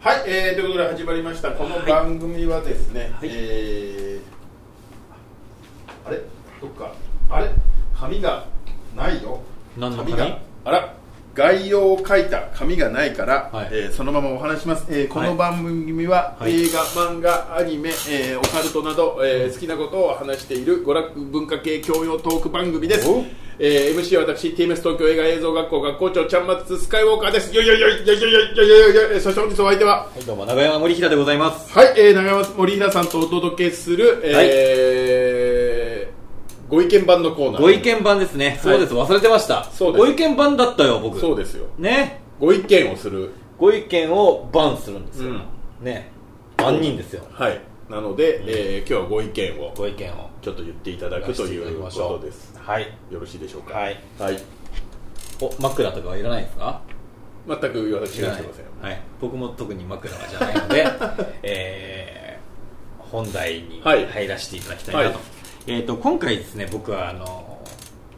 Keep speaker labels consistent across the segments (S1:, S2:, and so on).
S1: はい、えー、ということで始まりましたこの番組はですね、えーあれどっかあれ紙がないよ
S2: 何の紙
S1: があら概要を書いた紙がないから、
S2: はい
S1: えーそのままお話します、えーこ
S2: は
S1: の
S2: い
S1: 番組は、
S2: はい
S1: 映画漫画アニメ、えーオカルトなど、えー好きなことを話している娯楽文化系教養トーク番組です
S2: お、
S1: えー MC は私 TMS 東京映画映像学校学校長ちゃんまつスカイウォーカーですよいよいよいよいよいよいよいよいよいよそして本日お相手は
S2: はい、どうも、長山森平でございます。
S1: はい、えー、長山森平さんとお届けする、えーご意見版のコーナー
S2: ご意見版ですね。そうです、忘れてました。
S1: そうです
S2: ご意見版だったよ、僕。
S1: そうですよ
S2: ね。
S1: ご意見をする
S2: ご意見をバンするんですよ。
S1: うん
S2: ね。万人ですよ。
S1: はいなので、えー今日はご意見を
S2: ご意見を。
S1: ちょっと言っていただくということです
S2: はい。
S1: よろしいでしょうか
S2: はい、
S1: はい、
S2: お、枕とかはいらないですか
S1: 全く私がしてません
S2: はい。僕も特に枕はじゃないの で、えー、本題に
S1: はい
S2: 入らせていただきたいなと。
S1: はい
S2: えっ、と、今回ですね、僕はあの、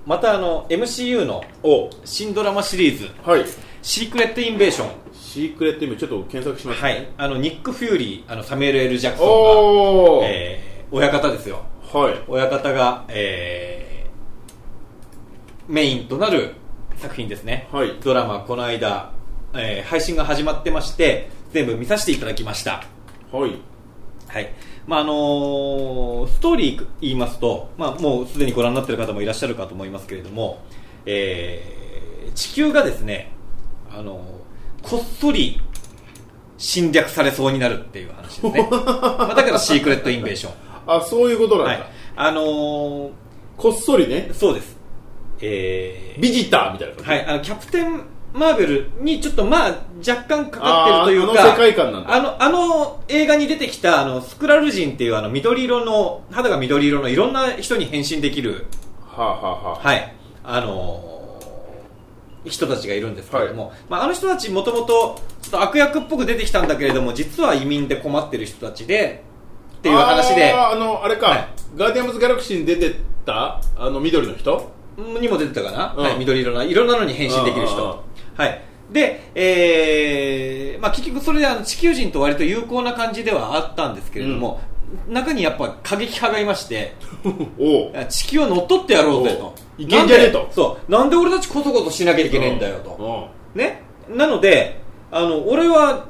S2: またあの、MCU の
S1: お
S2: 新ドラマシリーズ、
S1: はい
S2: シークレットインベーション。
S1: シークレットイメージちょっと検索しました、
S2: は
S1: ね、
S2: い、あのニック・フューリー、あのサミュエル・ L ・ジャクソン
S1: おお、
S2: が、えー親方ですよ、
S1: はい
S2: 親方が、えーメインとなる作品ですね、
S1: はい
S2: ドラマ、この間、えー配信が始まってまして、全部見させていただきました、
S1: はい
S2: はいまああのーストーリー言いますと、まあ、もうすでにご覧になっている方もいらっしゃるかと思いますけれども、えー地球がですね、あのーこっそり侵略されそうになるっていう話 ですね、まあだからシークレットインベーション、
S1: あそういうことなんだ、
S2: はいあのー
S1: こっそりね
S2: そうです、えー
S1: ビジターみたいな感じ
S2: はい、あのキャプテンマーベルにちょっとまあ若干かかってるというか
S1: あーあの世界観なんだ
S2: あのあの映画に出てきたあのスクラル人っていうあの緑色の肌が緑色のいろんな人に変身できる、
S1: はあ、はあはあ、
S2: はいあのー人たちがいるんですけれども、まあ、あの人たちもともとちょっと悪役っぽく出てきたんだけれども実は移民で困ってる人たちでっていう話で
S1: あーあのあれか、
S2: はい
S1: ガーディアンズ・ギャラクシーに出てったあの緑の人
S2: にも出てたかな、
S1: うん
S2: はい、緑色ないろんなのに変身で
S1: うん
S2: きる
S1: うんうん
S2: 人、はいでえーまあ、結局それであの地球人と割と友好な感じではあったんですけれども、中にやっぱ過激派がいまして
S1: おう
S2: 地球を乗っ取ってやろうぜと
S1: おいけんじゃねえと
S2: なんでそうなんで俺たちこそこそしなきゃいけねえんだよと、ね、なのであの俺は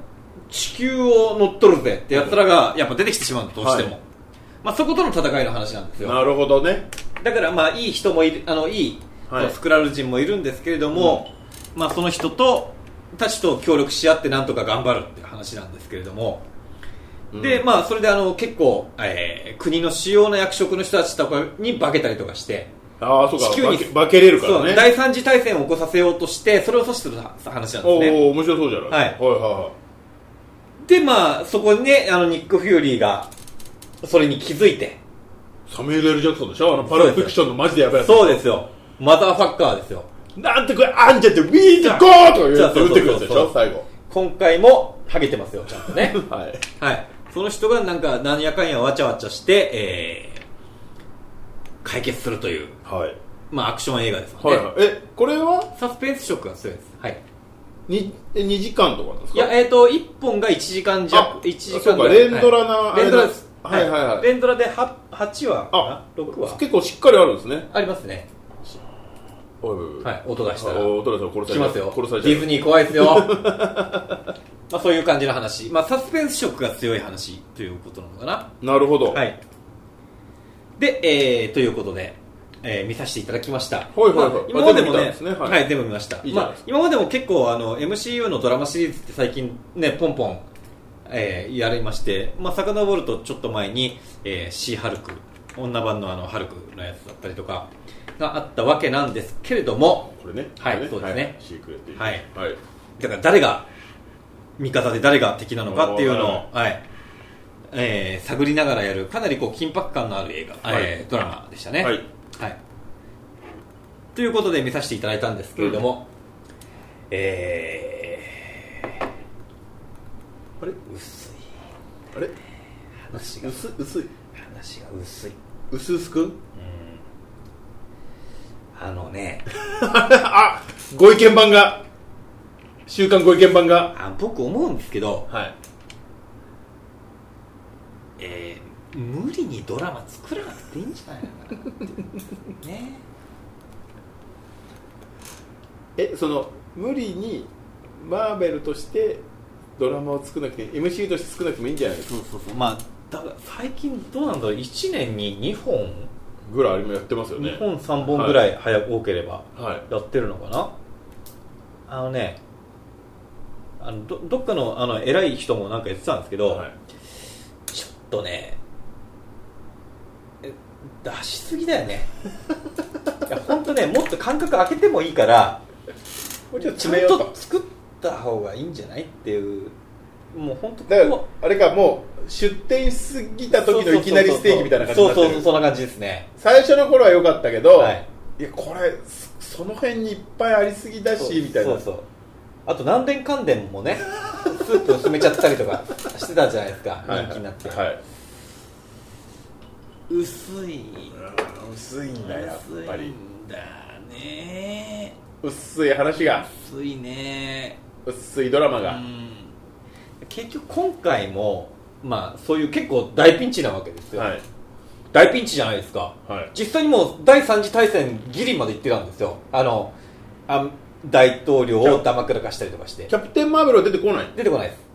S2: 地球を乗っ取るぜってやつらがやっぱ出てきてしまうとどうしても、
S1: はい
S2: まあ、そことの戦いの話なんです
S1: うん
S2: よ
S1: なるほどね
S2: だからまあいい人もいるあのいい、
S1: はい
S2: スクラル人もいるんですけれども、まあその人とたちと協力し合ってなんとか頑張るっていう話なんですけれども、でまあそれであの結構、えー国の主要な役職の人たちとかに化けたりとかして
S1: ああそうか
S2: 地球
S1: 化
S2: に
S1: け化けれるから
S2: そう
S1: ね
S2: 第三次大戦を起こさせようとしてそれを阻止する話なんです
S1: おう
S2: ね
S1: おう面白そうじゃない、
S2: はい
S1: はいは
S2: でまあそこにねあのニック・フューリーがそれに気づいて
S1: いサミュエル・ L ジャクソンでしょあのパラフィクションのマジでやばいやつ
S2: そうですよマザーファッカーですよ
S1: なんてこれあんじゃってウィーズゴーとか言って打ってくるやつでし
S2: そうそうそ
S1: ょ
S2: う
S1: 最後
S2: 今回もハゲてますよちゃんとね
S1: はい
S2: はい。その人がなんか、なんやかんやわちゃわちゃして、えー、解決するという、
S1: はい
S2: まあ、アクション映画ですもん
S1: はい
S2: ね。
S1: はいえこれは
S2: サスペンス色が強いです。はい。
S1: にえ2時間とかなんです
S2: い
S1: か
S2: や、えっ、と、1本が1時間
S1: あ
S2: 弱、一時間ぐらい。
S1: そうか連ドラな
S2: は
S1: あ
S2: い、
S1: れ
S2: 連ドラです。
S1: はいはいはい
S2: 連ドラで 8, 8話かな ?6 話
S1: 結構しっかりあるんですね
S2: ありますね。
S1: おいおいおい
S2: はい、音出したら。
S1: おおトラさん殺されち
S2: 来
S1: ゃう
S2: ますよ。
S1: 殺され
S2: ディ
S1: ちゃ
S2: ズ
S1: う
S2: ニー怖いですよ。 まあ、そういう感じの話。まあ、サスペンス色が強い話ということなのかな。
S1: なるほど、
S2: はい。で、えー、ということで、えー見させていただきました。
S1: はいはいはい
S2: まあ今までも
S1: あ全部見たん
S2: ね
S1: ですねは
S2: はいい、全部見ました。
S1: いいじゃ
S2: ま
S1: ない
S2: あ
S1: です、
S2: 今までも結構あの、MCU のドラマシリーズって最近ね、ポンポン、えーやりまして、まあ、遡るとちょっと前に、えー、シーハルク、女版のあの、ハルクのやつだったりとか、があったわけなんですけれども、
S1: これね
S2: はい
S1: これ
S2: そうですね
S1: シークレットイン
S2: はい
S1: はい
S2: だから誰が味方で誰が敵なのかっていうのを、はいえー探りながらやるかなりこう緊迫感のある映画、
S1: はい
S2: えードラマでしたね、
S1: はい
S2: はいということで見させていただいたんですけれども、え
S1: あれ
S2: ー、薄い
S1: あれ
S2: 話が
S1: 薄薄い
S2: 話が薄い
S1: 薄薄くん
S2: あのね
S1: あご意見番が週刊ご意見版が、
S2: あ僕思うんですけど、
S1: はい、
S2: えー無理にドラマ作らなくていいんじゃないのかなってね
S1: えその無理にマーベルとしてドラマを作らなくて MCU として作らなくてもいいんじゃないですか
S2: そうそうそうまあだから最近どうなんだろう1年に2本
S1: ぐらいもやってますよね
S2: 2本3本ぐらい早く多ければ
S1: はい
S2: やってるのかなあのねあのどどっかのあの偉い人もなんか言ってたんですけど、
S1: はい
S2: ちょっとねえ出しすぎだよね いや本当ねもっと間隔空けてもいいから
S1: もうちょっと
S2: ち
S1: 詰め
S2: ゃん
S1: よう
S2: と
S1: と
S2: 作った方がいいんじゃないっていうもう本当
S1: だからあれかもう出店しすぎた時のいきなりステーキみたいな感じに
S2: そ
S1: なって
S2: うそう
S1: る
S2: そうそんな感じですね
S1: 最初の頃は良かったけど、
S2: はい
S1: い、やこれそその辺にいっぱいありすぎだしみたいな
S2: そうそうあと何でんかんでん もねスープを薄めちゃったりとかしてたじゃないですか
S1: はい
S2: 人気になって、
S1: はい
S2: 薄い
S1: 薄いんだやっぱり
S2: んだね
S1: 薄い話が
S2: 薄いね
S1: 薄いドラマが、
S2: うん結局今回もまあそういう結構大ピンチなわけですよ、
S1: はい
S2: 大ピンチじゃないですか
S1: はい
S2: 実際にもう第三次大戦ギリまで行ってたんですよあのあ大統領をダマくらかしたりとかして
S1: キャプテンマーベルは出てこない
S2: 出てこないです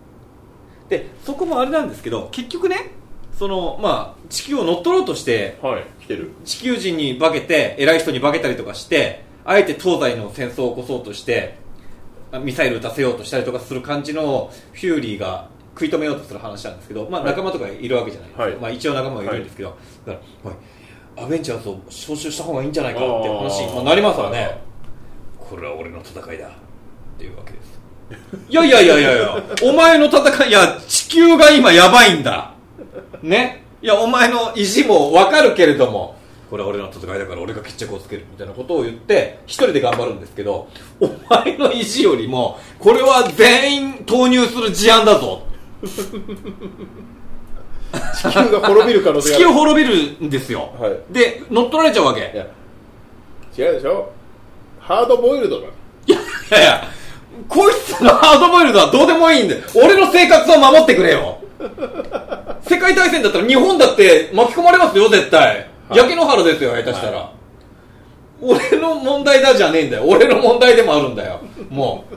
S2: でそこもあれなんですけど結局ねそのまあ地球を乗っ取ろうとして
S1: はい来てる
S2: 地球人に化けて偉い人に化けたりとかしてあえて東西の戦争を起こそうとしてあミサイル撃たせようとしたりとかする感じのフューリーが食い止めようとする話なんですけど、まあ、
S1: はい
S2: 仲間とかいるわけじゃないですか、
S1: はい
S2: まあ、一応仲間はいるんですけど、だから、はい、アベンジャーズを招集した方がいいんじゃないかっていう話にまあなりますわねこれは俺の戦いだっていうわけですいやいやいやいやいや、お前の戦い、いや、地球が今やばいんだ。ね。いや、お前の意地もわかるけれども、これは俺の戦いだから俺が決着をつけるみたいなことを言って、一人で頑張るんですけど、お前の意地よりも、これは全員投入する事案だぞ。
S1: 地球が滅びる可能性
S2: 地
S1: がある
S2: 球滅びるんですよ。
S1: は
S2: で、乗っ取られちゃうわけ。
S1: いや違うでしょハードボイルドだ
S2: いやいや、こいつのハードボイルドはどうでもいいんだよ。俺の生活を守ってくれよ。世界大戦だったら日本だって巻き込まれますよ、絶対。
S1: い
S2: 焼け野原ですよ、下手したら。
S1: は
S2: 俺の問題だじゃねえんだよ。俺の問題でもあるんだよ。もう。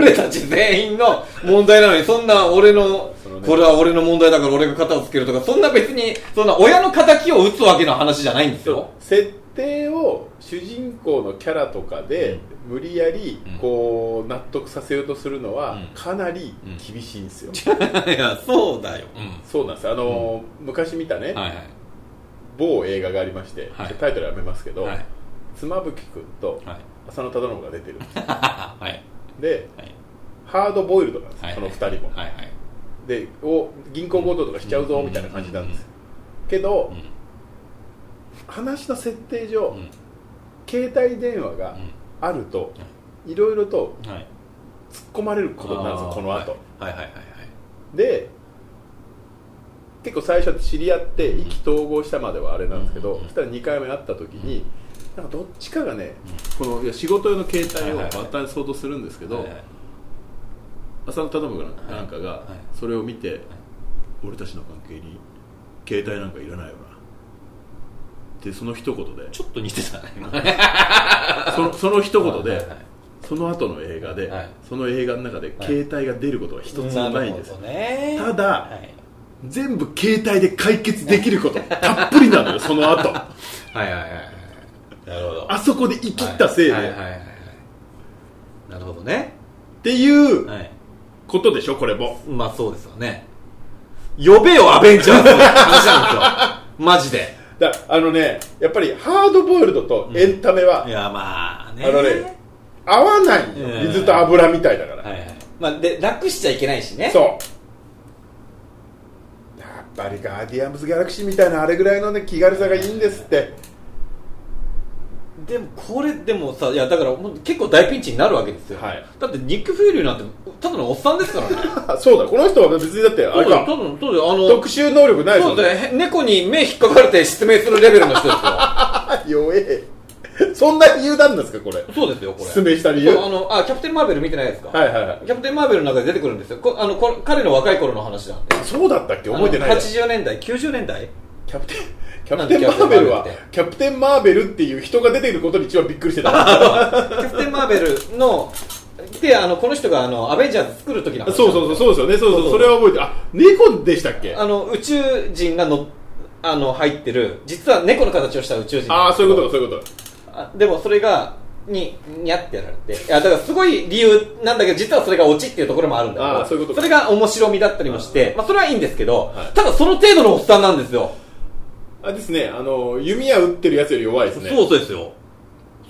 S2: 俺たち全員の問題なのに、そんな俺の
S1: その、ね
S2: これは俺の問題だから俺が肩をつけるとか、そんな別に、そんな親の仇を打つわけの話じゃないんですよ。
S1: 設定を主人公のキャラとかで、無理やり
S2: うん
S1: こう納得させようとするのは、
S2: うん
S1: かなり
S2: うん
S1: 厳しいんですよ、
S2: いや、そうだよ。うん。
S1: そうなんですあのー、昔見たね、
S2: はいはい。
S1: 某映画がありまして、
S2: はい
S1: タイトルはやめますけど、
S2: はい
S1: 妻夫木君と
S2: はい。
S1: 浅野忠信が出てるんですよ
S2: はい。
S1: で
S2: はい。
S1: ハードボイルドなんですよ、
S2: はい
S1: その2人も、
S2: はいはい。
S1: でお銀行強盗とかしちゃうぞみたいな感じなんですよ、けど、話の設定上、
S2: うん
S1: 携帯電話があると、いろいろと
S2: うん。はい。
S1: 突っ込まれることになるんですよこの後、
S2: はいはいはいはい。
S1: で結構最初知り合って意気投合したまではあれなんですけど、
S2: うん
S1: そしたら2回目会った時に、なんかどっちかがね、このいや仕事用の携帯
S2: はいはい
S1: を
S2: はい
S1: 渡そうとするんですけど、
S2: はいはい
S1: 浅野忠信なんかなんかが、
S2: はい
S1: それを見て、俺たちの関係に携帯なんかいらないよなでその一言で
S2: ちょっと似てたね、今ね。
S1: そのその一言で、
S2: はいはいはい
S1: その後の映画で、
S2: はい
S1: その映画の中で
S2: はい
S1: 携帯が出ることは一つもないんです、
S2: るほどね
S1: ただ
S2: はい
S1: 全部携帯で解決できることたっぷりな のよその後
S2: はいはいはいはい。なるほど。
S1: あそこで生きったせいで、
S2: はいはいはいはい。なるほどね。
S1: っていう
S2: はい。
S1: ことでしょこれも
S2: まあそうですよね。呼べよ、アベンジャーズって話なんですよ。マジで。
S1: だあのねやっぱりハードボイルドとエンタメは、
S2: いや、まあね。
S1: あのね合わないんよ、
S2: うん
S1: 水と油みたいだから、
S2: はいはい。まあ、で、楽しちゃいけないしね。
S1: そうやっぱりガーディアンズ・ギャラクシーみたいなあれぐらいのね気軽さがいいんですって
S2: でもこれでもさいやだからもう結構大ピンチになるわけですよ、
S1: はい
S2: だってニック・フューリーなんてただのおっさんですからね
S1: あそうだこの人は別にだってあれ
S2: そうだよ
S1: か
S2: ただのそうだよあの
S1: 特殊能力ないですも
S2: そう
S1: ね
S2: ん だよへ猫に目引っかかれて失明するレベルの人ですよ
S1: 弱えそんな理由なんですかこれ
S2: そうですよこれ
S1: 失明した理由
S2: そうあのあキャプテンマーベル見てないですか、
S1: はいはいはい
S2: キャプテンマーベルの中で出てくるんですよこあのこ彼の若い頃の話なんで
S1: そうだったっけ覚えてない
S2: あ
S1: や
S2: の80年代90年代
S1: キャプテンキャプテンマーベルはキャプテンマーベルっていう人が出てくることに一番びっくりしてた
S2: キャプテンマーベルのであのこの人があのアベンジャーズ作る時の話
S1: そうそうそうそうですよねそうそうそれは覚えてあ猫でしたっけ
S2: あの宇宙人がのあの入ってる実は猫の形をした宇宙人
S1: ああそういうことかそういうことか
S2: あでもそれがににゃってやられていやだからすごい理由なんだけど実はそれがオチっていうところもあるんだけど
S1: あーそういうことか
S2: れが面白みだったりもしてまあ、それはいいんですけど、
S1: はい
S2: ただその程度のおっさんなんですよ、
S1: あですねあの弓矢打ってるやつより弱いですね
S2: そうそうですよ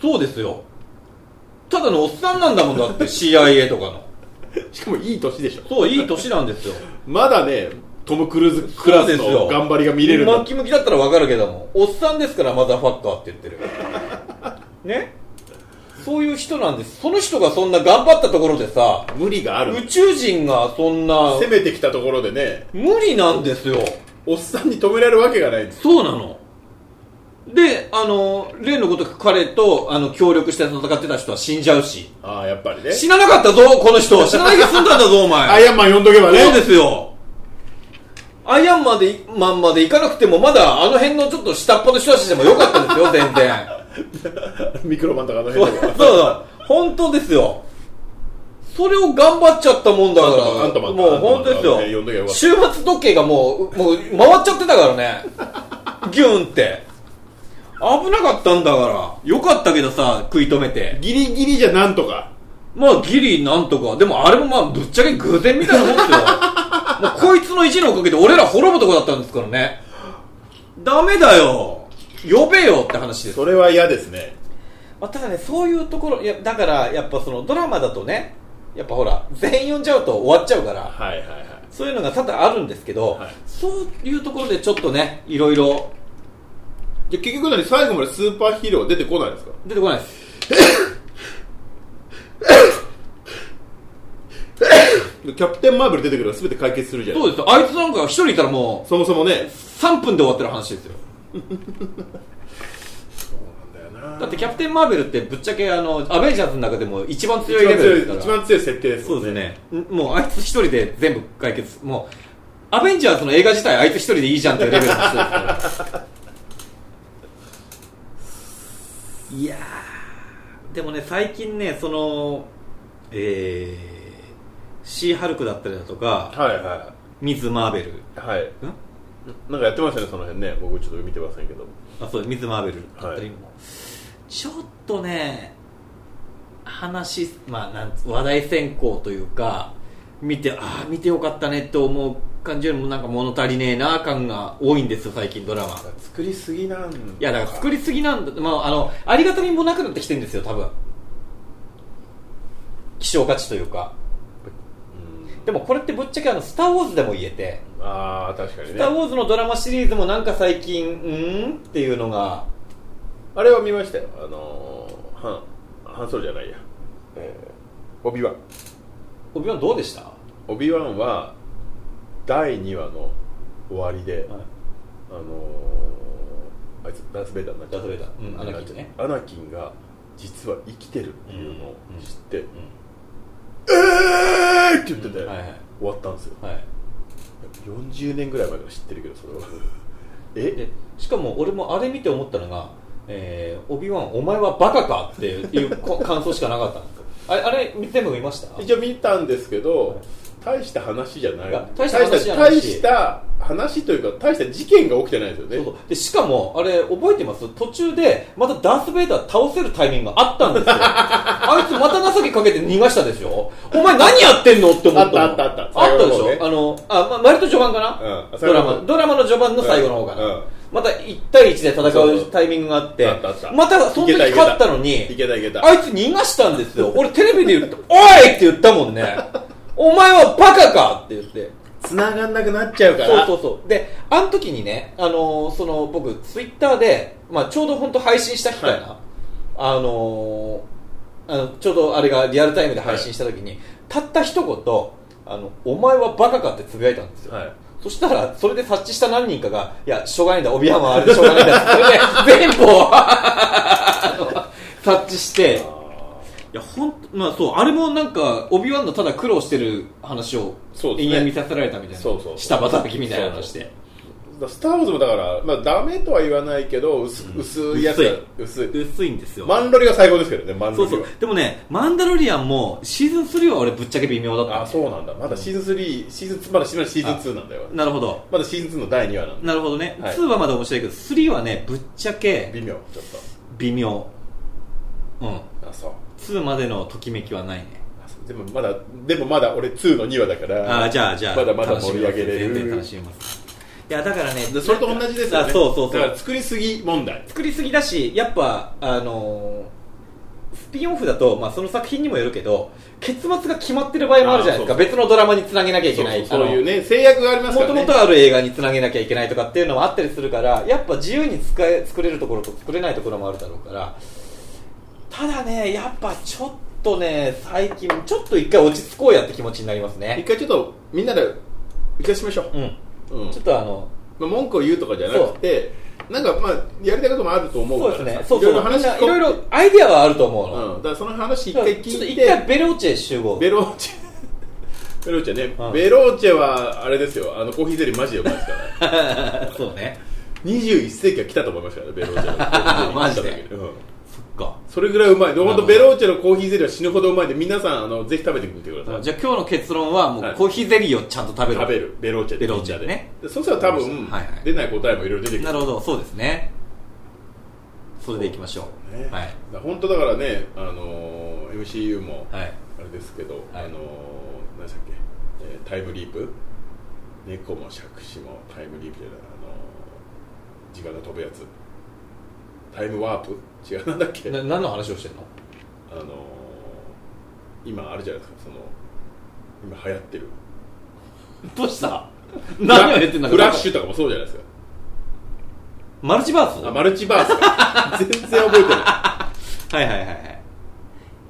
S2: そうですよただのおっさんなんだもんだっ て CIA とかの
S1: しかもいい年でしょ
S2: そういい年なんですよ
S1: まだねトム・クルーズクラス
S2: そうですよ
S1: の頑張りが見れるんだ
S2: マッキムキだったらわかるけどもおっさんですからマザーファッカーって言ってるねそういう人なんですその人がそんな頑張ったところでさ
S1: 無理がある
S2: 宇宙人がそんな
S1: 攻めてきたところでね
S2: 無理なんですよ
S1: おっさんに止められるわけがないんです
S2: そうなのであの例のごとく彼とあの協力して戦ってた人は死んじゃうし
S1: ああやっぱりね
S2: 死ななかったぞこの人死なないで済んだんだぞ お前
S1: アイアンマン呼んどけばね
S2: そうですよアイアンマンでマンまで行かなくてもまだあの辺のちょっと下っ端の人たちでもよかったんですよ全然
S1: ミクロマンとかあの
S2: そう
S1: 辺とか
S2: そうそう本当ですよそれを頑張っちゃったもんだから
S1: アントマンとか
S2: もう本当
S1: アントマンとかね呼んどきゃよ
S2: で
S1: かっ
S2: すよ終末時計がもうもう回っちゃってたからねギュンって危なかったんだからよかったけどさ食い止めて
S1: ギリギリじゃなんとか
S2: まあギリなんとかでもあれもまあぶっちゃけ偶然みたいなもん ですよもうこいつの意地のおかげで俺ら滅ぶとこだったんですからねダメだよ呼べよって話です
S1: それは嫌ですね
S2: まあ、ただね、そういうところ、いやだからやっぱそのドラマだとね、やっぱほら、全員呼んじゃうと終わっちゃうから、
S1: はいはいはい
S2: そういうのが多々あるんですけど、
S1: はい
S2: そういうところでちょっとね、いろいろ
S1: で結局何最後までスーパーヒーロー出てこないんですか
S2: 出てこないです。
S1: でキャプテンマーベル出てくるから全て解決するじゃん
S2: そうですよあいつなんか一人いたらも
S1: そもそもね
S2: う3分で終わってる話ですよ。だってキャプテン・マーベルってぶっちゃけあの、アベンジャーズの中でも一番強いレベルですから。
S1: 一番強い設定です
S2: そうですね。もうあいつ一人で全部解決。もう、アベンジャーズの映画自体あいつ一人でいいじゃんっていうレベルの人ですから。いやー、でもね、最近ね、その、えー、シー・ハルクだったりだとか、
S1: はいは
S2: ミズ・マーベル。
S1: いはい
S2: ん
S1: なんかやってましたねその辺ね僕ちょっと見てませんけど
S2: あ、そう、ミズ・マーベルだったりも。ちょっとね、話、まあ、なんつ話題選考というか、見て、ああ、見てよかったねって思う感じよりも、なんか物足りねえな感が多いんですよ、最近ドラマ。い
S1: 作りすぎなんい
S2: や、だから作りすぎなんだ、まあ、あの、ありがたみもなくなってきてるんですよ、多分。希少価値というか。でもこれってぶっちゃけあの、スター・ウォーズでも言えて、
S1: ああ確かに
S2: ス
S1: ね
S2: ター・ウォーズのドラマシリーズもなんか最近、うーんっていうのが、
S1: あれは見ましたよあのー、ハンハンソロじゃないや、えー、オビワン
S2: オビワンどうでした
S1: オビワンは第2話の終わりで、あのー、あいつダース・ベイダーになっちゃっ
S2: ダースベイダーうん
S1: あれになっちゃっ
S2: アナキンね
S1: アナキンが実は生きてるっていうのを知って、えーって言ってて、
S2: うんはいはい
S1: 終わったんですよ
S2: はい
S1: 40年ぐらい前から知ってるけどそれはえ
S2: でしかも俺もあれ見て思ったのが「えー、オビワンお前はバカか」っていうこ 感想しかなかったんですよあれあれ全部見ました
S1: 一応見たんですけど、大した話じゃない
S2: いや大した話じゃない
S1: 大
S2: し
S1: した話というか大した事件が起きてないですよね
S2: そうそうでしかもあれ覚えてます途中でまたダース・ベイダー倒せるタイミングがあったんです よあいつまた情けかけて逃がしたでしょお前何やってんのって思ったの
S1: あったあったあった
S2: あったで
S1: 最
S2: し
S1: 後の方
S2: ょ
S1: ね
S2: あのあ、ま、割と序盤かな、
S1: うん
S2: ドラ
S1: 最後
S2: マ
S1: の
S2: ドラマの序盤の最後の方かな、
S1: うんうん
S2: また1対1で戦
S1: そうそう
S2: うタイミングがあって
S1: あったあった
S2: またその時
S1: いけたいけた
S2: 勝ったのに
S1: いけたいけた
S2: あいつ逃がしたんですよ俺テレビで言って「おい!」って言ったも んねお前はバカかって言って
S1: 繋がんなくなっちゃうから
S2: そうそうそうであの時にね、あのーその僕ツイッターで、まあ、ちょうど本当配信した日かな、
S1: は
S2: あのーあのちょうどあれがリアルタイムで配信した時に、たった一言あの「お前はバカか」ってつぶやいたんですよ、
S1: はい
S2: そしたら、それで察知した何人かが、いや、しょうがないんだ、帯山はあれでしょうがないんだって、それで、全部をあの察知して、いや、ほんと、まあそう、あれもなんか、帯湾のただ苦労してる話を、
S1: そうです
S2: 延
S1: ね
S2: 々見させられたみたいな。
S1: そうそう
S2: 下働きみたいな話で。
S1: だスター・ウォーズもだから、まあ、ダメとは言わないけど薄,、薄いやつが薄い
S2: 薄いんですよ。
S1: マンロリが最高ですけどねマン
S2: そ
S1: ロ
S2: う
S1: リ
S2: そ
S1: は
S2: う。でもね、マンダロリアンも、シーズン3は俺ぶっちゃけ微妙だった。
S1: あそうなんだまだシーズン3シーズン2まだシーズン2なんだよ
S2: なるほど。
S1: まだシーズン2の第2話なんだ
S2: なるほどね。
S1: はい
S2: 2はまだ面白いけど、3はね、ぶっちゃけ
S1: 微妙ちょっ
S2: 微妙。うん。
S1: とあそう
S2: 2までのときめきはないね。
S1: あそうでもまだでもまだ俺2の2話だから
S2: ああ、じゃあ、じゃあ、
S1: まだまだ
S2: 楽し
S1: 盛
S2: み
S1: り
S2: ま
S1: 上
S2: す
S1: げれる
S2: 全然楽しみます。いや、だからね、
S1: でそれと同じですよね
S2: あそうそうそ
S1: だから
S2: う。
S1: 作りすぎ問題
S2: 作りすぎだし、やっぱ、あのースピンオフだと、まあ、その作品にもよるけど、結末が決まってる場合もあるじゃないですか。
S1: あーそう
S2: 別のドラマにつなげなきゃいけない。
S1: そうそうそういう
S2: ね
S1: ね制約があります
S2: も
S1: から
S2: と
S1: ね
S2: もとある映画につなげなきゃいけないとかっていうのもあったりするからやっぱ自由に使え作れるところと作れないところもあるだろうからただねやっぱちょっとね最近ちょっと一回落ち着こうやって気持ちになります
S1: 一
S2: ね
S1: 回ちょっとみんなで打ち出しましょ
S2: う
S1: う、
S2: ん
S1: うん
S2: ちょっとあの
S1: まあ、文句を言うとかじゃなくてなんかまあやりたいこともあると思
S2: そう
S1: うから
S2: です
S1: さ
S2: ねそうそ
S1: い
S2: う
S1: ろいろ話聞
S2: い
S1: こう
S2: ろいろアイディアはあると思うの、
S1: うん、だからその話一
S2: だから
S1: 回
S2: ちょっと
S1: 聞い
S2: 一
S1: て
S2: 回ベローチェ集合
S1: ベローチェベローチェね、
S2: うん
S1: ベローチェはあれですよあのコーヒーゼリーマジでうまいですから
S2: そうね
S1: 21世紀は来たと思いますからベローチェのコーヒーゼリー
S2: マジで
S1: 来ただけうん
S2: そっか
S1: それぐらいうまいで本
S2: なる
S1: 当
S2: ほど
S1: ベローチェのコーヒーゼリーは死ぬほどうまいんで皆さんあのぜひ食べてみてください
S2: じゃあ今日の結論はも
S1: はいう
S2: コーヒーゼリーをちゃんと食べる、
S1: 食べるベローチェで
S2: ベローチェでね
S1: みんなでそしたら多分、
S2: はいはい
S1: 出ない答えもいろいろ出てくる
S2: なるほどそうですねそれでいきましょう
S1: ね
S2: はい
S1: だから本当だからね、あのー MCU もあ
S2: はい
S1: れですけど、
S2: はい
S1: あのー何でしたっけ、えータイムリープ猫も杓子もタイムリープじゃない、あのー時間が飛ぶやつタイムワープ違うなんだっけ、
S2: な何の話をしてんの
S1: あのー今あるじゃないですかその今流行ってる
S2: どうした 何を言ってんだ
S1: フラッシュとかもそうじゃないですか
S2: マルチバース
S1: あマルチバースか 全然覚えてな
S2: はいはいはいはい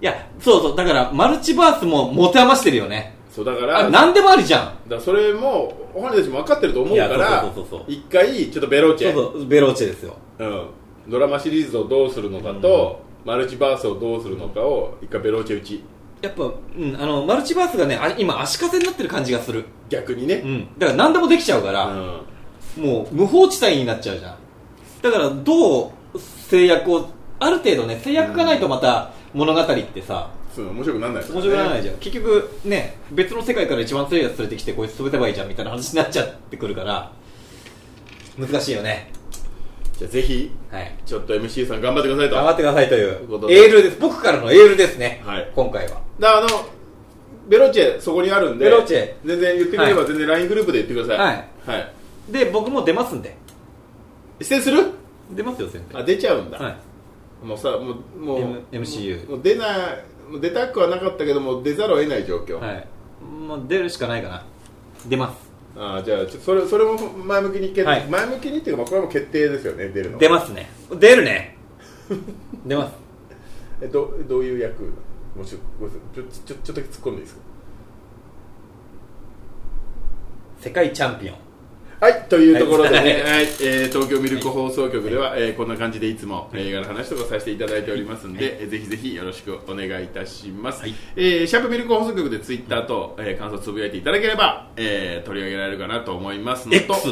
S2: いやそうそうだからマルチバースも持て余してるよね
S1: いそうだか
S2: あ
S1: ら
S2: 何でもありじゃん
S1: だからそれも本人たちも分かってると思うか
S2: いや
S1: ら
S2: そうそうそうそう
S1: 一回ちょっとベローチ
S2: そ
S1: ェ
S2: うそうベローチェですよ
S1: うん、ドラマシリーズをどうするのかと、マルチバースをどうするのかを一回ベローチェ打ち
S2: やっぱ、うん、あのマルチバースがねあ今足かせになってる感じがする
S1: 逆に
S2: う
S1: ね、
S2: んだから何でもできちゃうか
S1: う
S2: ら、
S1: ん
S2: もう無法地帯になっちゃうじゃんだからどう制約をある程度ね制約がないとまた物語ってさ、
S1: そう面白くならないですよ
S2: 面
S1: ね
S2: 白くならないじゃん、結局ね別の世界から一番強いやつ連れてきてこいつ潰せばいいじゃんみたいな話になっちゃってくるから難しいよね
S1: じゃあぜひ
S2: はい
S1: ちょっと MC さん頑張ってくださいと
S2: 頑張ってくださいとい
S1: という
S2: う
S1: ことで
S2: エールです僕からのエールですね、
S1: はい
S2: 今回は
S1: だからあのベローチェそこにあるんで
S2: ベローチェ
S1: 全然言ってくれれば
S2: は
S1: 全然 LINE グループで言ってくださいはい、
S2: で僕も出ますんで
S1: 出演する
S2: 出ますよ先
S1: あ出ちゃうんだ、
S2: 生はい
S1: もうさもうもう
S2: M- MCU
S1: もう出ないもう出たくはなかったけどもう出ざるを得ない状況、
S2: はいもう出るしかないかな出ます
S1: ああじゃあちょそれそれも前向きに決定、
S2: はい
S1: 前向きにっていうかまあこれはもう決定ですよね出るの
S2: 出ますね出るね出ます
S1: えどどういう役もうちょごめんなさいちょちょちょっと突っ込んでいいですか
S2: 世界チャンピオン
S1: はいというところでね、
S2: は
S1: はい
S2: い
S1: えー東京ミルク放送局では、えーこんな感じでいつも映画の話とかさせていただいておりますんで、えーぜひぜひよろしくお願いいたします、
S2: はい
S1: えーシャープミルク放送局でツイッターと、えー感想をつぶやいていただければ、えー取り上げられるかなと思いますのと
S2: X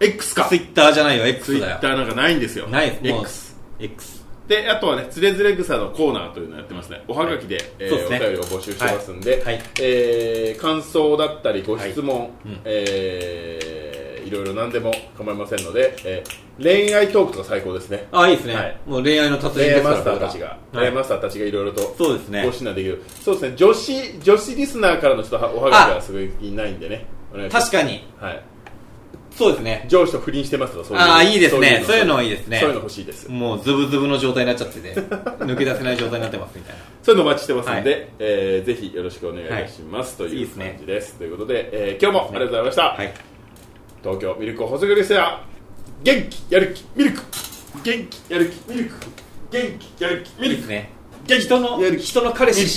S1: X か
S2: ツイッターじゃないよ X
S1: ツイ
S2: だ
S1: ッ
S2: よ
S1: ターなんかないんですよ
S2: ないですもう
S1: X
S2: X
S1: であとはね「つれづれ草」のコーナーというのをやってますねおはがきで,、えー
S2: そうですね
S1: お便りを募集してますんで、
S2: はいはい
S1: えー感想だったりご質問、い
S2: うん
S1: えーいろいろ何でも構いませんので、えー恋愛トークとか最高ですね
S2: あいいですね、
S1: はい
S2: もう恋愛の達
S1: 恋
S2: 人で
S1: 愛
S2: すか
S1: マ
S2: ら
S1: スターたちが、
S2: 僕ら
S1: 恋
S2: はい
S1: 愛マスターたちがいろいろと
S2: そうですね
S1: ご指南できるそうですね女子女子リスナーからの人はおはがきがすごいいないんでねお願いします
S2: 確かに
S1: はい、
S2: そうですね
S1: 上司と不倫してますとかそういう
S2: ああいいですね
S1: そ
S2: そうう
S1: い
S2: いうう
S1: の
S2: のいいですね
S1: そういうの欲しいです
S2: もうズブズブの状態になっちゃってて抜け出せない状態になってますみたいな
S1: そういうのお待ちしてますんで、
S2: は
S1: えーぜひよろしくお願いいたします、と
S2: い
S1: い
S2: いいうですね
S1: 感じですということで、えー今日もありがとうございました、
S2: はい
S1: 東京ミルク細切りセラ元気やる気ミルク元気やる気ミルク元気やる気ミル
S2: いいで
S1: ク
S2: すね
S1: 元気
S2: 人の人の彼氏しか